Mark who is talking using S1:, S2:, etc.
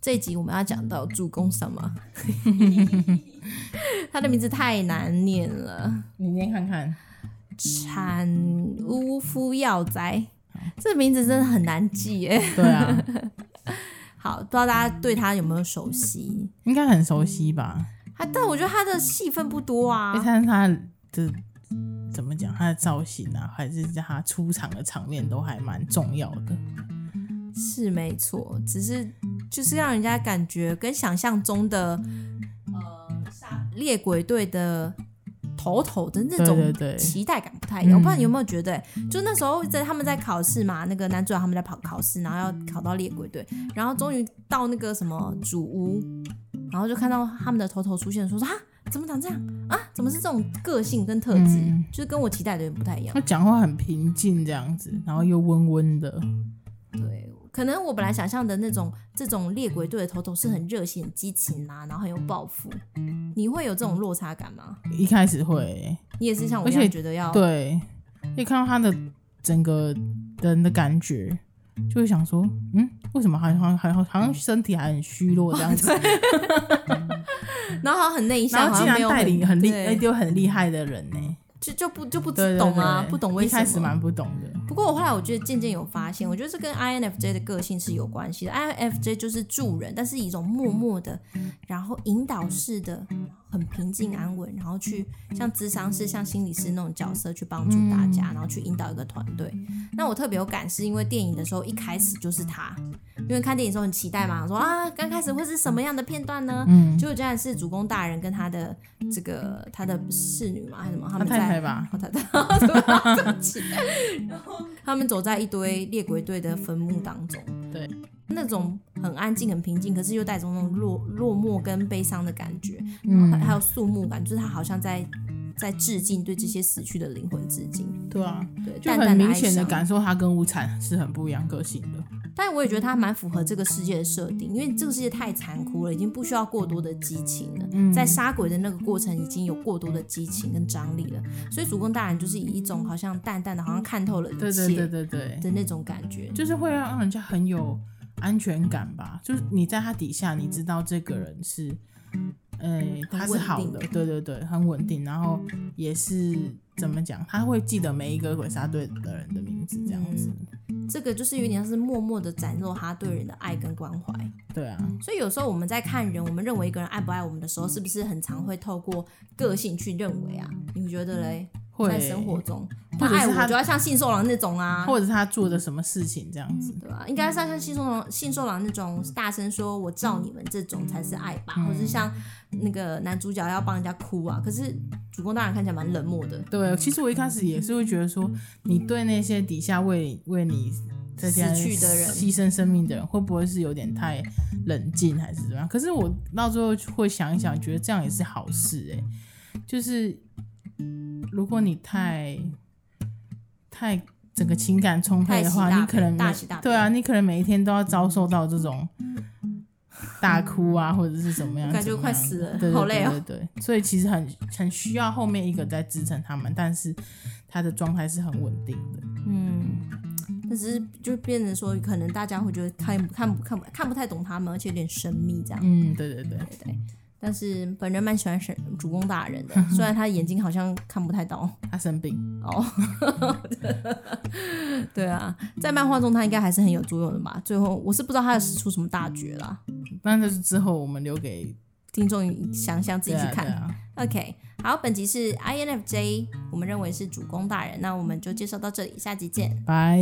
S1: 这一集我们要讲到主公什 么，他的名字太难念了，
S2: 你念看看，
S1: 产屋夫药斋，这名字真的很难记耶。
S2: 对啊，
S1: 好，不知道大家对他有没有熟悉？
S2: 应该很熟悉吧？
S1: 他，但我觉得他的戏份不多啊
S2: 你。看他的怎么讲，他的造型啊，还是他出场的场面都还蛮重要的。
S1: 是没错，只是就是让人家感觉跟想象中的呃杀猎鬼队的头头的那
S2: 对对
S1: 种
S2: 对
S1: 期待感不太一样。我不知道
S2: 嗯
S1: 你有没有觉得、就那时候在他们在考试嘛，那个男主角他们在跑考试，然后要考到猎鬼队，然后终于到那个什么主屋，然后就看到他们的头头出现，说啊怎么长这样啊？怎么是这种个性跟特质、
S2: 嗯
S1: 就是跟我期待的有点不太一样
S2: 他。讲话很平静这样子，然后又温温的，
S1: 对，可能我本来想象的那种这种猎鬼队的头头是很热血、很激情啊，然后很有抱负。你会有这种落差感吗？
S2: 一开始会、
S1: 你也是像我
S2: 而
S1: 一
S2: 且
S1: 样觉得要
S2: 对，一看到他的整个人的感觉，就会想说，嗯，为什么好像好像好像身体还很虚弱这样 子，
S1: 然后好像很内
S2: 然
S1: 向，
S2: 后
S1: 好
S2: 竟
S1: 像没
S2: 然
S1: 有
S2: 带领很厉，
S1: 对
S2: 哎，丢很厉害的人呢、
S1: 就就不就不
S2: 对对
S1: 懂啊，
S2: 对
S1: 不懂为
S2: 一
S1: 什
S2: 开始
S1: 么。
S2: 蛮不懂的，
S1: 不过我后来我觉得渐渐有发现，我觉得这跟 INFJ 的个性是有关系的。INFJ 就是助人，但是一种默默的，然后引导式的，很平静安稳，然后去像咨商师、像心理师那种角色去帮助大
S2: 嗯
S1: 家，然后去引导一个团队。那我特别有感，是因为电影的时候一开始就是他，因为看电影的时候很期待嘛，说啊刚开始会是什么样的片段呢？
S2: 嗯，
S1: 结果竟然是主公大人跟他的这个他的侍女嘛，还是什么，他
S2: 他
S1: 们
S2: 太
S1: 在
S2: 太吧，
S1: 好太太，对不起。然后他们走在一堆猎鬼队的坟墓当中，
S2: 对，
S1: 那种很安静、很平静，可是又带着那种落落寞跟悲伤的感觉，
S2: 嗯，
S1: 还有肃穆感，就是他好像在在致敬，对这些死去的灵魂致敬，
S2: 对啊，
S1: 对，
S2: 就
S1: 淡
S2: 很
S1: 淡的
S2: 明
S1: 哀
S2: 显的
S1: 伤。
S2: 感受他跟无产是很不一样个性的，
S1: 但我也觉得他蛮符合这个世界的设定，因为这个世界太残酷了，已经不需要过多的激情了。
S2: 嗯
S1: 在杀鬼的那个过程已经有过多的激情跟张力了，所以主公大人就是以一种好像淡淡的，好像看透了一切
S2: 对对对对对，
S1: 的那种感觉。
S2: 就是会让人家很有安全感吧，就是你在他底下，你知道这个人是，呃，他是好
S1: 稳
S2: 的，
S1: 定
S2: 对对对，很稳定，然后也是怎么讲，他会记得每一个鬼杀队的人的名字，这样子，
S1: 嗯这个就是有点像是默默的展露他对人的爱跟关怀。
S2: 对啊，
S1: 所以有时候我们在看人，我们认为一个人爱不爱我们的时候，是不是很常会透过个性去认为啊？你觉得嘞？
S2: 会
S1: 在生活中，
S2: 或
S1: 他
S2: 者是
S1: 爱
S2: 他
S1: 我就要像信受郎那种啊，
S2: 或者是他做的什么事情这样子，
S1: 对吧、应该是像信受郎、信受郎那种大声说“我罩你们”这种才是爱吧，或者是像那个男主角要帮人家哭啊。可是主公大人看起来蛮冷漠的，
S2: 对，其实我一开始也是会觉得说，
S1: 嗯
S2: 你对那些底下为为你这些
S1: 死去的人
S2: 牺牲生命的人，会不会是有点太冷静还是怎么样？可是我到最后会想一想，觉得这样也是好事哎、就是如果你太太整个情感充沛的
S1: 太喜
S2: 话，
S1: 大
S2: 你可能每
S1: 大喜大悲
S2: 对啊，你可能每一天都要遭受到这种。大哭啊，或者是怎么样？
S1: 感觉
S2: 怎么
S1: 快
S2: 样
S1: 死了
S2: 对对
S1: 好累哦
S2: 对对对，所以其实很很需要后面一个在支撑他们，但是他的状态是很稳定的。
S1: 嗯，但只是就变成说，可能大家会觉得看看不看不看不太懂他们，而且有点神秘这样，
S2: 嗯，对对对，
S1: 对对。但是本人蛮喜欢神主公大人的，虽然他眼睛好像看不太到
S2: 他生病，
S1: 哦。 对啊，在漫画中他应该还是很有作用的吧？最后我是不知道他使出什么大绝啦，
S2: 但是之后我们留给
S1: 听众想象自己去看。
S2: 对啊对啊
S1: OK，好，本集是 INFJ，我们认为是主公大人，那我们就介绍到这里，下集见。
S2: 拜。